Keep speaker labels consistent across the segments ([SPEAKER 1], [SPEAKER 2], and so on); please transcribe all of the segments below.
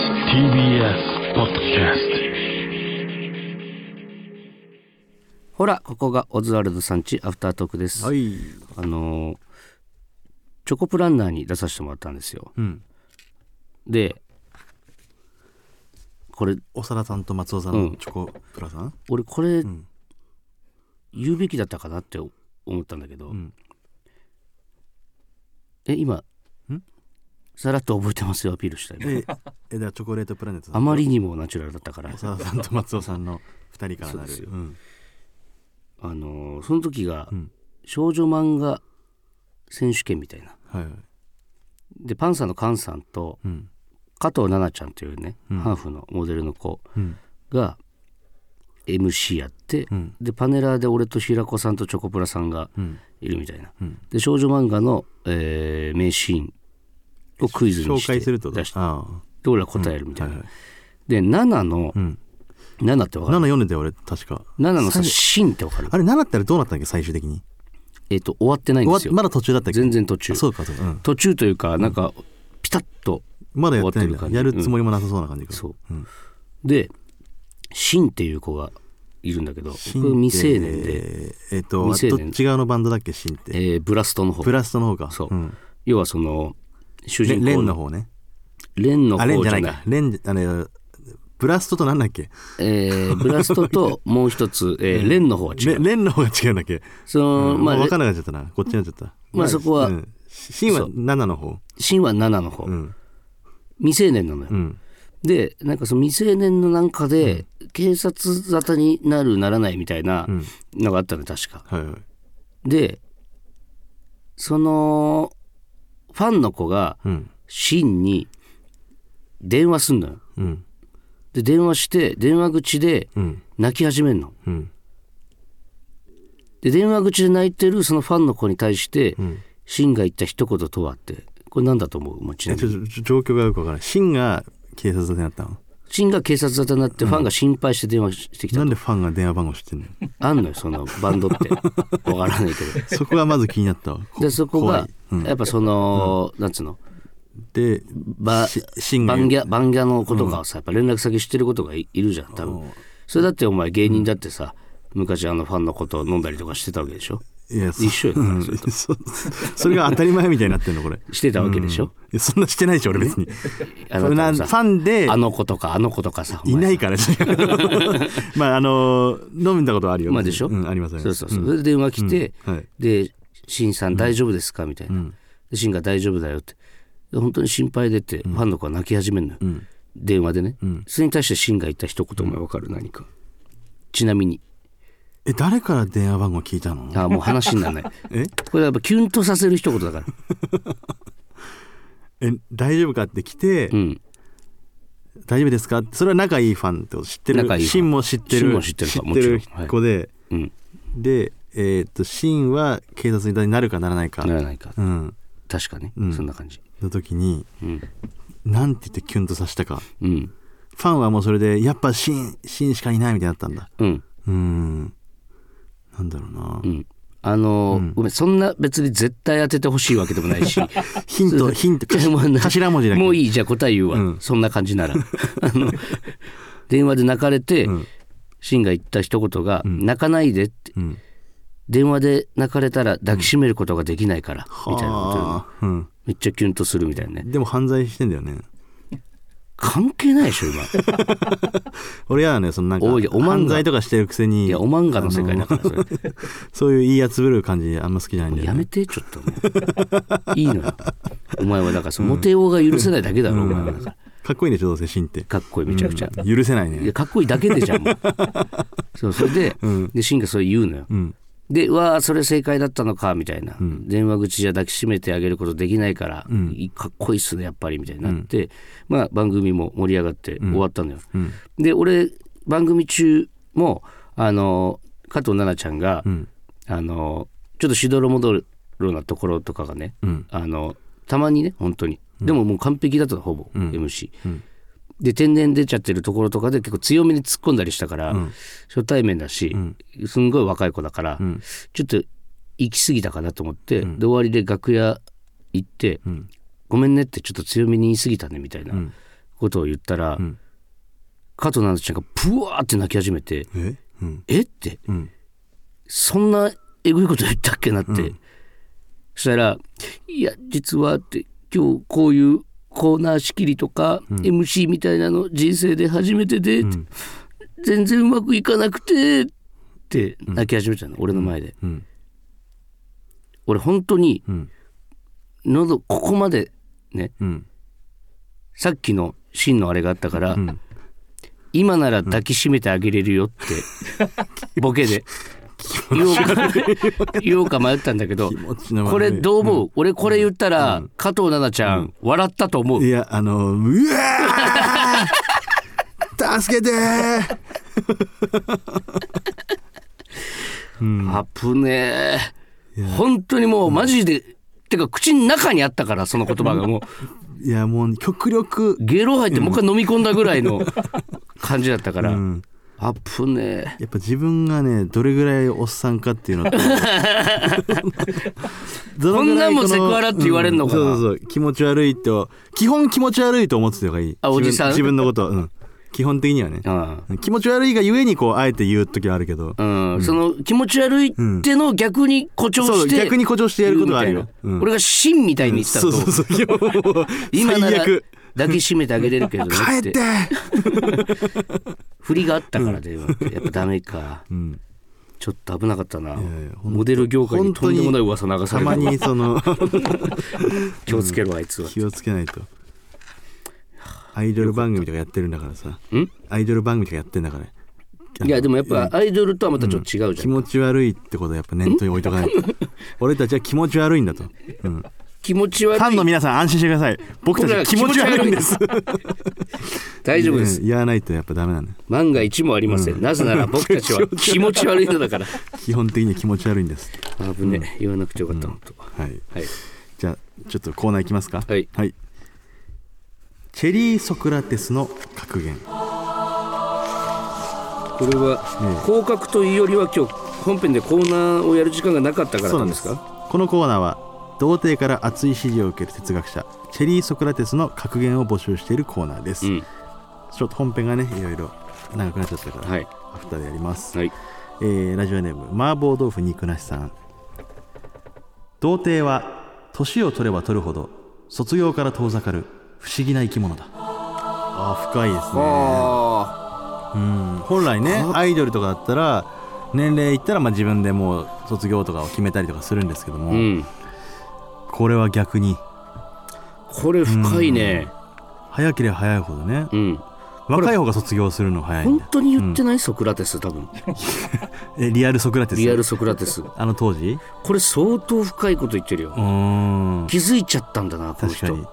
[SPEAKER 1] TBS ポッドキャス
[SPEAKER 2] ほらここがオズワルドさんちアフタートークです、
[SPEAKER 3] はい。
[SPEAKER 2] あのーチョコプランナーに出させてもらったんですよ
[SPEAKER 3] うん。
[SPEAKER 2] でこれ
[SPEAKER 3] おさらさんと松尾さんのチョコプラさん。
[SPEAKER 2] 俺これ
[SPEAKER 3] ん
[SPEAKER 2] 言うべきだったかなって思ったんだけど、
[SPEAKER 3] ん
[SPEAKER 2] え今さらっと覚えてますよアピールしたい
[SPEAKER 3] で、え、だ、チョコレートプラネットさん。
[SPEAKER 2] あまりにもナチュラルだったから
[SPEAKER 3] おさらさんと松尾さんの二人からなる。
[SPEAKER 2] そうですよ
[SPEAKER 3] ん。
[SPEAKER 2] あのーその時が
[SPEAKER 3] うん
[SPEAKER 2] 少女漫画選手権みたいな
[SPEAKER 3] はいはい。
[SPEAKER 2] でパンサーのカンさんと
[SPEAKER 3] うん。
[SPEAKER 2] 加藤奈々ちゃんというね、ハーフのモデルの子
[SPEAKER 3] うん。
[SPEAKER 2] が MC やって、
[SPEAKER 3] うん。
[SPEAKER 2] でパネラーで俺と平子さんとチョコプラさんが
[SPEAKER 3] うん。
[SPEAKER 2] いるみたいな、
[SPEAKER 3] うん
[SPEAKER 2] で少女漫画の、えー名シーンをクイズに
[SPEAKER 3] 紹
[SPEAKER 2] して
[SPEAKER 3] 介するってこと
[SPEAKER 2] 出して
[SPEAKER 3] ああ。
[SPEAKER 2] で俺ら答えるみたい
[SPEAKER 3] はい
[SPEAKER 2] な、
[SPEAKER 3] はい。
[SPEAKER 2] で7の
[SPEAKER 3] うん。
[SPEAKER 2] 7って分
[SPEAKER 3] 七
[SPEAKER 2] かる
[SPEAKER 3] 読んでたよ、俺、確か。
[SPEAKER 2] 7のさ
[SPEAKER 3] 最
[SPEAKER 2] 「シン」って分かる
[SPEAKER 3] あれ、七ってあれどうなったんだっけ、最終的に。
[SPEAKER 2] えっ、と終わってないん
[SPEAKER 3] 終
[SPEAKER 2] で
[SPEAKER 3] わっ
[SPEAKER 2] すよ、
[SPEAKER 3] まだ途中だったっけ。
[SPEAKER 2] 全然途中
[SPEAKER 3] あそうか、そうか。うん。
[SPEAKER 2] 途中というかなんかピタッと
[SPEAKER 3] まだやってないん
[SPEAKER 2] 終わ
[SPEAKER 3] だ。
[SPEAKER 2] ってる感じ
[SPEAKER 3] やるつもりもなさそうな感じか。
[SPEAKER 2] そ
[SPEAKER 3] う。
[SPEAKER 2] う
[SPEAKER 3] ん。
[SPEAKER 2] でシンっていう子がいるんだけどこ
[SPEAKER 3] シン
[SPEAKER 2] れ
[SPEAKER 3] って
[SPEAKER 2] 未成年で、。
[SPEAKER 3] えっと、どっ
[SPEAKER 2] 未成年
[SPEAKER 3] ち側のバンドだっけ、シンっ
[SPEAKER 2] え
[SPEAKER 3] て。
[SPEAKER 2] ーブラストの方
[SPEAKER 3] ブラストの方か。
[SPEAKER 2] そう
[SPEAKER 3] うん。
[SPEAKER 2] 要はその主
[SPEAKER 3] レ
[SPEAKER 2] 人
[SPEAKER 3] レ
[SPEAKER 2] 公
[SPEAKER 3] ンの方ね。
[SPEAKER 2] レンの
[SPEAKER 3] あ、レン
[SPEAKER 2] 方
[SPEAKER 3] じ
[SPEAKER 2] じ
[SPEAKER 3] ゃ
[SPEAKER 2] ゃな
[SPEAKER 3] ないいか。レン、あの、ブラストとなんだっけ
[SPEAKER 2] えーブラスト ともう一つ、えーレンの方は違
[SPEAKER 3] レ
[SPEAKER 2] う
[SPEAKER 3] レンの方が違うんだっけ
[SPEAKER 2] その、
[SPEAKER 3] ま
[SPEAKER 2] ま
[SPEAKER 3] あ、
[SPEAKER 2] あ、
[SPEAKER 3] 分
[SPEAKER 2] レ
[SPEAKER 3] かんなくなっちゃったな。こっちになっちゃった。
[SPEAKER 2] まあそこは
[SPEAKER 3] うんシンは
[SPEAKER 2] そう
[SPEAKER 3] 7の方。
[SPEAKER 2] シンは7の方、
[SPEAKER 3] うん。
[SPEAKER 2] 未成年なのよ、
[SPEAKER 3] うん。
[SPEAKER 2] でなんかその未成年のなんかで、警察沙汰になるならないみたいな
[SPEAKER 3] うん。
[SPEAKER 2] のがあったのよ確か
[SPEAKER 3] はいはい。
[SPEAKER 2] でそのファンの子が
[SPEAKER 3] うん。
[SPEAKER 2] シンに電話すんのよ
[SPEAKER 3] うん。
[SPEAKER 2] で電話して電話口で
[SPEAKER 3] うん。
[SPEAKER 2] 泣き始めるの
[SPEAKER 3] うん。
[SPEAKER 2] で電話口で泣いてるそのファンの子に対して、
[SPEAKER 3] ん
[SPEAKER 2] シンが言った一言とはってこれ何だと思うもうちな
[SPEAKER 3] え
[SPEAKER 2] み
[SPEAKER 3] ち
[SPEAKER 2] に
[SPEAKER 3] ょっとちょ状況がよくわからない。シンが警察になったの。
[SPEAKER 2] シンが警察沙汰になってファンが心配して電話してきた
[SPEAKER 3] な
[SPEAKER 2] と、
[SPEAKER 3] んでファンが電話番号知 ってんの
[SPEAKER 2] あんのよそのバンドって 分からないけど
[SPEAKER 3] そこがまず気になったわ。こ
[SPEAKER 2] でそこが
[SPEAKER 3] 怖いうん
[SPEAKER 2] やっぱその、なんつうの
[SPEAKER 3] で、
[SPEAKER 2] バ
[SPEAKER 3] しシンが
[SPEAKER 2] バ
[SPEAKER 3] 言
[SPEAKER 2] ン
[SPEAKER 3] う
[SPEAKER 2] ギャバンギャの子とかはさやっぱ連絡先知ってることがいいるじゃん多分それだってお前芸人だってさ昔あのファンのこと飲んだりとかしてたわけでしょ
[SPEAKER 3] いや、そ
[SPEAKER 2] 一緒やな
[SPEAKER 3] うんそそれが当たり前みたいになってんの、これ。
[SPEAKER 2] してたわけでしょ、
[SPEAKER 3] いやそんなしてないでしょ、俺別に。
[SPEAKER 2] あ
[SPEAKER 3] そんな
[SPEAKER 2] なたも
[SPEAKER 3] フ
[SPEAKER 2] さ
[SPEAKER 3] ァンで
[SPEAKER 2] あの子とかあの子とかさお前
[SPEAKER 3] いないから ねまああの飲んだことはあるよ。
[SPEAKER 2] まあでしょ、
[SPEAKER 3] うん、ありますあり
[SPEAKER 2] そ
[SPEAKER 3] ま
[SPEAKER 2] う
[SPEAKER 3] す
[SPEAKER 2] そうそう、それで電話来て、
[SPEAKER 3] うんはい
[SPEAKER 2] で「しんさん大丈夫ですか?」みたいな「でし、んが大丈夫だよ」ってで本当に心配出て、ファンの子が泣き始めるのよ、電話でね、それに対してしんが言った一言お前わかる何かちなみに
[SPEAKER 3] え誰から電話番号聞いたの？
[SPEAKER 2] ああもう話にならない
[SPEAKER 3] え
[SPEAKER 2] これやっぱキュンとさせる一言だから
[SPEAKER 3] え大丈夫かって来て、
[SPEAKER 2] うん
[SPEAKER 3] 大丈夫ですかってそれは仲いいファンってこと知ってる
[SPEAKER 2] 仲いいファン
[SPEAKER 3] シンも知ってる
[SPEAKER 2] シンも知ってるかもちろん
[SPEAKER 3] 知ってる子で、
[SPEAKER 2] うん
[SPEAKER 3] でえーっとシンは警察になるかならないか、
[SPEAKER 2] ならないか
[SPEAKER 3] うん
[SPEAKER 2] 確かね、
[SPEAKER 3] うん
[SPEAKER 2] そんな感じ
[SPEAKER 3] の時に
[SPEAKER 2] うん、
[SPEAKER 3] なんて言ってキュンとさせたか
[SPEAKER 2] うん
[SPEAKER 3] ファンはもうそれでやっぱシンシンしかいないみたいになったんだ
[SPEAKER 2] うん
[SPEAKER 3] うーんなんだろうな、
[SPEAKER 2] うんあのーごめんそんな別に絶対当ててほしいわけでもない し
[SPEAKER 3] ヒントヒント
[SPEAKER 2] もうな
[SPEAKER 3] 頭文字だけ
[SPEAKER 2] もういいじゃあ答え言うわ、そんな感 じならあの電話で泣かれて、シンが言った一言が「泣かないで」って、
[SPEAKER 3] ん
[SPEAKER 2] 電話で泣かれたら抱きしめることができないから」みたいなこと言うの
[SPEAKER 3] あーうん
[SPEAKER 2] めっちゃキュンとするみたいなね
[SPEAKER 3] でも犯罪してんだよね。
[SPEAKER 2] 関係ないでしょ今い
[SPEAKER 3] 俺やだね、そのなんか
[SPEAKER 2] おいおまん
[SPEAKER 3] 犯
[SPEAKER 2] が
[SPEAKER 3] 罪とかしてるくせに、
[SPEAKER 2] やお漫画の世界だからそれ
[SPEAKER 3] そういう言い集める感じあんま好きじゃないんだよ、
[SPEAKER 2] や
[SPEAKER 3] ね。
[SPEAKER 2] めてちょっともういいの よお前はだからそのモテようが許せないだけだろ、お前はだから
[SPEAKER 3] かっこいいんでしょ、どうせシンって。
[SPEAKER 2] かっこいいめちゃくちゃ、
[SPEAKER 3] 許せない
[SPEAKER 2] いや
[SPEAKER 3] ね。
[SPEAKER 2] かっこいいだけでじゃんもうそうそれで,、でシンがそれ言うのよ、
[SPEAKER 3] ん
[SPEAKER 2] で「わあそれ正解だったのか」みたいな、電話口じゃ抱きしめてあげることできないから、いかっこいいっすねやっぱり」みたいになって、まあ、番組も盛り上がって終わったのよ、で俺番組中もあの加藤奈々ちゃんが、あのちょっとしどろもどろなところとかがね、
[SPEAKER 3] うん
[SPEAKER 2] あのたまにね本当にでももう完璧だったのほぼ、MC、
[SPEAKER 3] うん
[SPEAKER 2] で天然出ちゃってるところとかで結構強めに突っ込んだりしたから、
[SPEAKER 3] ん
[SPEAKER 2] 初対面だし、すんごい若い子だから、
[SPEAKER 3] ん
[SPEAKER 2] ちょっと行き過ぎたかなと思って、で終わりで楽屋行って、
[SPEAKER 3] うん
[SPEAKER 2] ごめんねってちょっと強めに言い過ぎたねみたいな
[SPEAKER 3] うん
[SPEAKER 2] ことを言ったら、
[SPEAKER 3] ん
[SPEAKER 2] 加藤直人ちゃんがプワーって泣き始めて
[SPEAKER 3] えうん
[SPEAKER 2] えって
[SPEAKER 3] うん
[SPEAKER 2] そんなえぐいこと言ったっけなって、そしたら「いや実は」って今日こういうコーナー仕切りとか、MC みたいなの人生で初めてで、全然うまくいかなくてって泣き始めたの、俺の前で、
[SPEAKER 3] うん
[SPEAKER 2] 俺本当に
[SPEAKER 3] うん
[SPEAKER 2] 喉ここまでね
[SPEAKER 3] うん
[SPEAKER 2] さっきの真のあれがあったから、今なら抱きしめてあげれるよって、ボ ケで言おうか言おうか迷ったんだけど
[SPEAKER 3] 気持ちの悪い
[SPEAKER 2] これどう思う、俺これ言ったら、加藤奈々ちゃん、笑ったと思う
[SPEAKER 3] いやあのうわ ー助けてー
[SPEAKER 2] あぶねえ本当にもうマジで、てか口の中にあったからその言葉がもう
[SPEAKER 3] いやもう極力
[SPEAKER 2] ゲロ吐いてもう一回飲み込んだぐらいの感じだったから、
[SPEAKER 3] ん
[SPEAKER 2] あぶね
[SPEAKER 3] やっぱ自分がねどれぐらいおっさんかっていう のとどのぐらい
[SPEAKER 2] こんなんもセクハラって言われんのかな
[SPEAKER 3] うんそうそうそう気持ち悪いと基本気持ち悪いと思ってた方がいい
[SPEAKER 2] あおじさん
[SPEAKER 3] 自分自分のこと、うん、基本的にはね
[SPEAKER 2] え、うん
[SPEAKER 3] 気持ち悪いがゆえにこうあえて言う時はあるけど、
[SPEAKER 2] うん、その気持ち悪いってのを逆に誇張
[SPEAKER 3] そう
[SPEAKER 2] して、
[SPEAKER 3] 逆に誇張してやることがあるよ、うん
[SPEAKER 2] 俺が真みたいに言ってた
[SPEAKER 3] そ
[SPEAKER 2] の
[SPEAKER 3] う
[SPEAKER 2] と、
[SPEAKER 3] そうそういやもう
[SPEAKER 2] 今な
[SPEAKER 3] 最
[SPEAKER 2] ら
[SPEAKER 3] 悪
[SPEAKER 2] 抱きしめてあげれるけどねっ
[SPEAKER 3] 帰
[SPEAKER 2] て
[SPEAKER 3] って
[SPEAKER 2] 振りがあったからで、やっぱダメか、
[SPEAKER 3] ん
[SPEAKER 2] ちょっと危なかったな、
[SPEAKER 3] いやほんと
[SPEAKER 2] モデル業界にとんでもない噂流さ
[SPEAKER 3] た
[SPEAKER 2] れた
[SPEAKER 3] まにその
[SPEAKER 2] 気をつけろあいつは、
[SPEAKER 3] 気をつけないとアイドル番組とかやってるんだからさ
[SPEAKER 2] ん
[SPEAKER 3] アイドル番組とかやってんだから
[SPEAKER 2] いやでもやっぱアイドルとはまたちょっと違うじゃ
[SPEAKER 3] 気
[SPEAKER 2] ん、
[SPEAKER 3] 持ち悪いってことはやっぱ念頭に置いとかない と俺たちは気持ち悪いんだと、うん、フ
[SPEAKER 2] 気持ち悪い
[SPEAKER 3] ァンの皆さん安心してください僕たちは気持ち悪いんです
[SPEAKER 2] 大丈夫です、
[SPEAKER 3] うん言わないとやっぱダメなんだよ
[SPEAKER 2] 万が一もありません、なぜ なら僕たちは気持ち悪いのだから
[SPEAKER 3] 基本的に気持ち悪いんです
[SPEAKER 2] 危ねえ言わなくてよかった、本当
[SPEAKER 3] はい
[SPEAKER 2] はい
[SPEAKER 3] じゃあちょっとコーナーいきますか
[SPEAKER 2] はい
[SPEAKER 3] チェリー・ソクラテスの格言
[SPEAKER 2] これは広角というよりは今日本編でコーナーをやる時間がなかったから
[SPEAKER 3] そう
[SPEAKER 2] な
[SPEAKER 3] なんん
[SPEAKER 2] で
[SPEAKER 3] ですす
[SPEAKER 2] か
[SPEAKER 3] このコーナーは童貞から熱い支持を受ける哲学者チェリー・ソクラテスの格言を募集しているコーナーです、
[SPEAKER 2] うん
[SPEAKER 3] ちょっと本編がねいろいろ長くなっちゃったから、
[SPEAKER 2] はい
[SPEAKER 3] アフターでやります、
[SPEAKER 2] はい
[SPEAKER 3] えーラジオネーム麻婆豆腐肉なしさん童貞は年を取れば取るほど卒業から遠ざかる不思議な生き物だあー深いですね
[SPEAKER 2] あ
[SPEAKER 3] うん本来ねアイドルとかだったら年齢いったらまあ自分でもう卒業とかを決めたりとかするんですけども、
[SPEAKER 2] あうん
[SPEAKER 3] これは逆に
[SPEAKER 2] これ深いね
[SPEAKER 3] 早ければ早いほどね
[SPEAKER 2] うん
[SPEAKER 3] 若い方が卒業するの早いん
[SPEAKER 2] 本
[SPEAKER 3] だ
[SPEAKER 2] 当に言ってないソクラテス 多分
[SPEAKER 3] えリアルソクラテス
[SPEAKER 2] リアルソクラテス
[SPEAKER 3] あの当時
[SPEAKER 2] これ相当深いこと言ってる
[SPEAKER 3] う
[SPEAKER 2] よ
[SPEAKER 3] ーん
[SPEAKER 2] 気づいちゃったんだなこの
[SPEAKER 3] 確かに
[SPEAKER 2] 人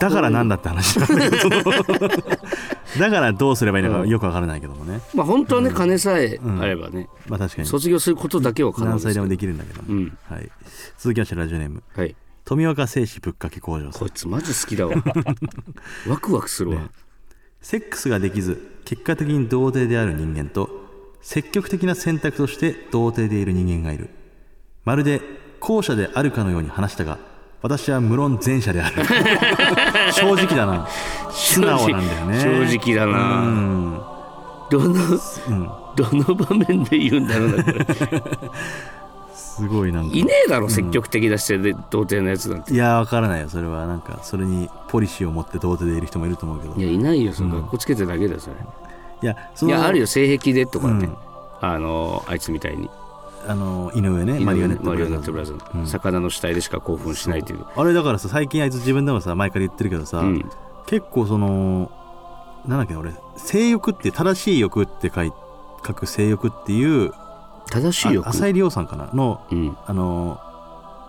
[SPEAKER 3] だからなんだって話なんだけどだからどうすればいいのかよくわからないけどもね
[SPEAKER 2] まあ本当はね金さえあればね
[SPEAKER 3] まあ確かに
[SPEAKER 2] 卒業することだけは可能
[SPEAKER 3] 何
[SPEAKER 2] です
[SPEAKER 3] 歳で
[SPEAKER 2] け
[SPEAKER 3] も
[SPEAKER 2] ど
[SPEAKER 3] できるんだけども、
[SPEAKER 2] うん
[SPEAKER 3] はい、続きましてラジオネーム
[SPEAKER 2] はい
[SPEAKER 3] 富岡製紙ぶっかけ工場さ
[SPEAKER 2] こ
[SPEAKER 3] ん
[SPEAKER 2] いつマジ好き だわワクワクするわ
[SPEAKER 3] セックスができず結果的に童貞である人間と積極的な選択として童貞でいる人間がいるまるで後者であるかのように話したが私は無論前者であ る正直だな素直なんだよね
[SPEAKER 2] 正直だな
[SPEAKER 3] うん
[SPEAKER 2] どのどの場面で言うんだろう なこれ
[SPEAKER 3] すごいなんか
[SPEAKER 2] いねえだろ積極的な姿勢で童貞のやつなんて
[SPEAKER 3] いやわからないよそれはなんかそれにポリシーを持って童貞でいる人もいると思うけど
[SPEAKER 2] いやいないよその格好つけてるだけだよそれ
[SPEAKER 3] いやそ
[SPEAKER 2] い
[SPEAKER 3] の
[SPEAKER 2] やあるよ性癖でとかね
[SPEAKER 3] うん
[SPEAKER 2] あのあいつみたいに
[SPEAKER 3] あの井上ねマリオネット
[SPEAKER 2] マ
[SPEAKER 3] ブ
[SPEAKER 2] リ
[SPEAKER 3] ラ
[SPEAKER 2] オ
[SPEAKER 3] ザー
[SPEAKER 2] ネッ
[SPEAKER 3] ズ
[SPEAKER 2] トブラザーズの魚の死体でしか興奮しないという
[SPEAKER 3] あれだからさ最近あいつ自分でもさ前から言ってるけどさ、
[SPEAKER 2] うん
[SPEAKER 3] 結構そのなんだっけな俺性欲って正しい欲って書い書く性欲っていう
[SPEAKER 2] 正しいよ
[SPEAKER 3] あ浅井亮さんかなの、
[SPEAKER 2] うん
[SPEAKER 3] あの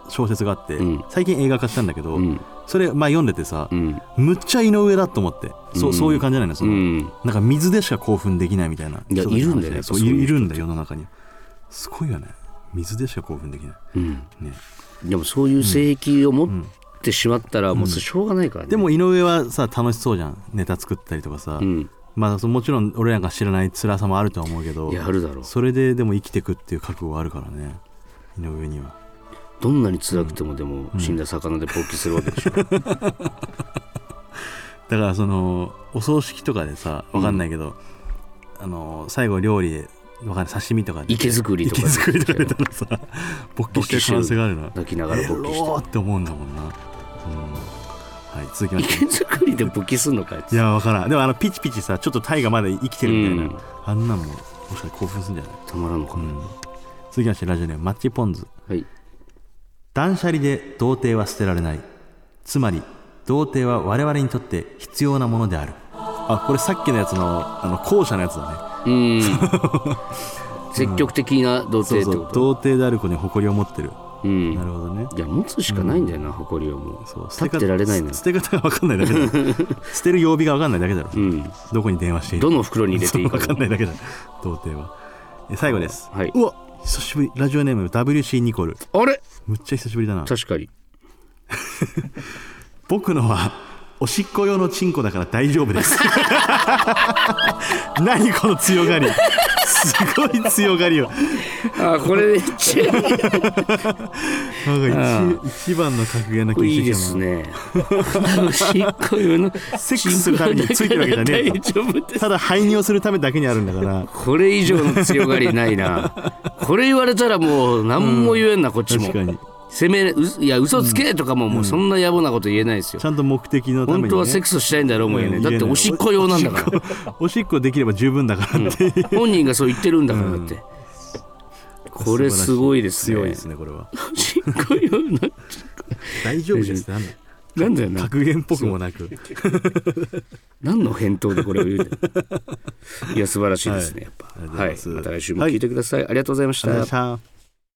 [SPEAKER 3] 小説があって、
[SPEAKER 2] うん
[SPEAKER 3] 最近映画化したんだけど、
[SPEAKER 2] うん
[SPEAKER 3] それ前読んでてさ、
[SPEAKER 2] うん
[SPEAKER 3] むっちゃ井上だと思って、そううんそういう感じじゃないのその、
[SPEAKER 2] うん
[SPEAKER 3] なんか水でしか興奮できないみたいない
[SPEAKER 2] や
[SPEAKER 3] 人たちの話
[SPEAKER 2] いるんだよね
[SPEAKER 3] そう
[SPEAKER 2] そう
[SPEAKER 3] い
[SPEAKER 2] いう人
[SPEAKER 3] いるんだよ世の中にすごいよね水でしか興奮できない
[SPEAKER 2] うん
[SPEAKER 3] ね
[SPEAKER 2] でもそういう性癖を持ってしまったらもうそれしょうがないからね
[SPEAKER 3] でも井上はさ楽しそうじゃんネタ作ったりとかさ、
[SPEAKER 2] うん
[SPEAKER 3] まあそもちろん俺らが知らない辛さもあるとは思うけど
[SPEAKER 2] いやあるだろう
[SPEAKER 3] それででも生きていくっていう覚悟があるからね井上には
[SPEAKER 2] どんなに辛くてもでも死んだ魚で勃起するわけ でしょ、
[SPEAKER 3] だからそのお葬式とかでさわかんないけど、あの最後料理でわかんない刺身とかで
[SPEAKER 2] 池作りとか
[SPEAKER 3] 池作りとか出たらさ勃起してる可能性があるな
[SPEAKER 2] 泣きながら勃起して
[SPEAKER 3] えろーって思うんだもんな、うん、はい続きまして
[SPEAKER 2] 池作りで勃起すんのかあい
[SPEAKER 3] い
[SPEAKER 2] つ
[SPEAKER 3] やわからんでもあのピチピチさちょっとタイがまだ生きてるみたいな、
[SPEAKER 2] うん
[SPEAKER 3] あんなんももしかして興奮するんじゃない
[SPEAKER 2] たまらんのかな、
[SPEAKER 3] 続きましてラジオネームマッチポンズ
[SPEAKER 2] はい
[SPEAKER 3] 断捨離で童貞は捨てられないつまり童貞は我々にとって必要なものであるあこれさっきのやつのあの後者のやつだね
[SPEAKER 2] うん 積極的な童
[SPEAKER 3] そう
[SPEAKER 2] 貞
[SPEAKER 3] そ
[SPEAKER 2] ってこ
[SPEAKER 3] う
[SPEAKER 2] と
[SPEAKER 3] 童貞である子に誇りを持ってる、
[SPEAKER 2] うん
[SPEAKER 3] なるほどね
[SPEAKER 2] いや持つしかないんだよな、誇りをもう
[SPEAKER 3] そう
[SPEAKER 2] 立ってられないのよ
[SPEAKER 3] 捨て方が分かんないだけだ ろ捨てる曜日が分かんないだけだろ、
[SPEAKER 2] ん
[SPEAKER 3] どこに電話していい
[SPEAKER 2] どの袋に入れていいか
[SPEAKER 3] 分かんないだけだ童貞はえ最後です、
[SPEAKER 2] はいう
[SPEAKER 3] わ久しぶりラジオネーム WC ニコル
[SPEAKER 2] あれ
[SPEAKER 3] むっちゃ久しぶりだな
[SPEAKER 2] 確かに
[SPEAKER 3] 僕のはおしっこ用のチンコだから大丈夫です 何この強がりすごい強がりよ
[SPEAKER 2] あこれめっちゃ
[SPEAKER 3] なんか一一番の格言な気が
[SPEAKER 2] いい
[SPEAKER 3] して
[SPEAKER 2] で
[SPEAKER 3] き
[SPEAKER 2] す
[SPEAKER 3] たな
[SPEAKER 2] ね。おしっこ用の
[SPEAKER 3] セックスするためについてるわけじゃねえよ
[SPEAKER 2] 大丈夫です。
[SPEAKER 3] ただ排尿するためだけにあるんだから
[SPEAKER 2] これ以上の強がりないな。これ言われたらもう何も言えんな、こっちも
[SPEAKER 3] 確。かに
[SPEAKER 2] 攻めういや嘘つけとかももうそんな野暮なこと言えないですよ
[SPEAKER 3] ち。ゃんと目的のために、ね、
[SPEAKER 2] 本当はセックスしたいんだろうもんね。
[SPEAKER 3] うん
[SPEAKER 2] だっておしっこ用なんだから。
[SPEAKER 3] おしっこできれば十分だからって、
[SPEAKER 2] 本人がそう言ってるんだからだって。これすごいですね。
[SPEAKER 3] 強いですねこれは
[SPEAKER 2] おしっこ用の
[SPEAKER 3] 大丈夫ですってなんだ
[SPEAKER 2] なんだよな。
[SPEAKER 3] 格言っぽくもなく
[SPEAKER 2] 何の返答でこれを言うのいや素晴らしいですね、やっぱ
[SPEAKER 3] ありがとうございま
[SPEAKER 2] はいますた来週も聞いてください、ありがとうございました
[SPEAKER 3] 私は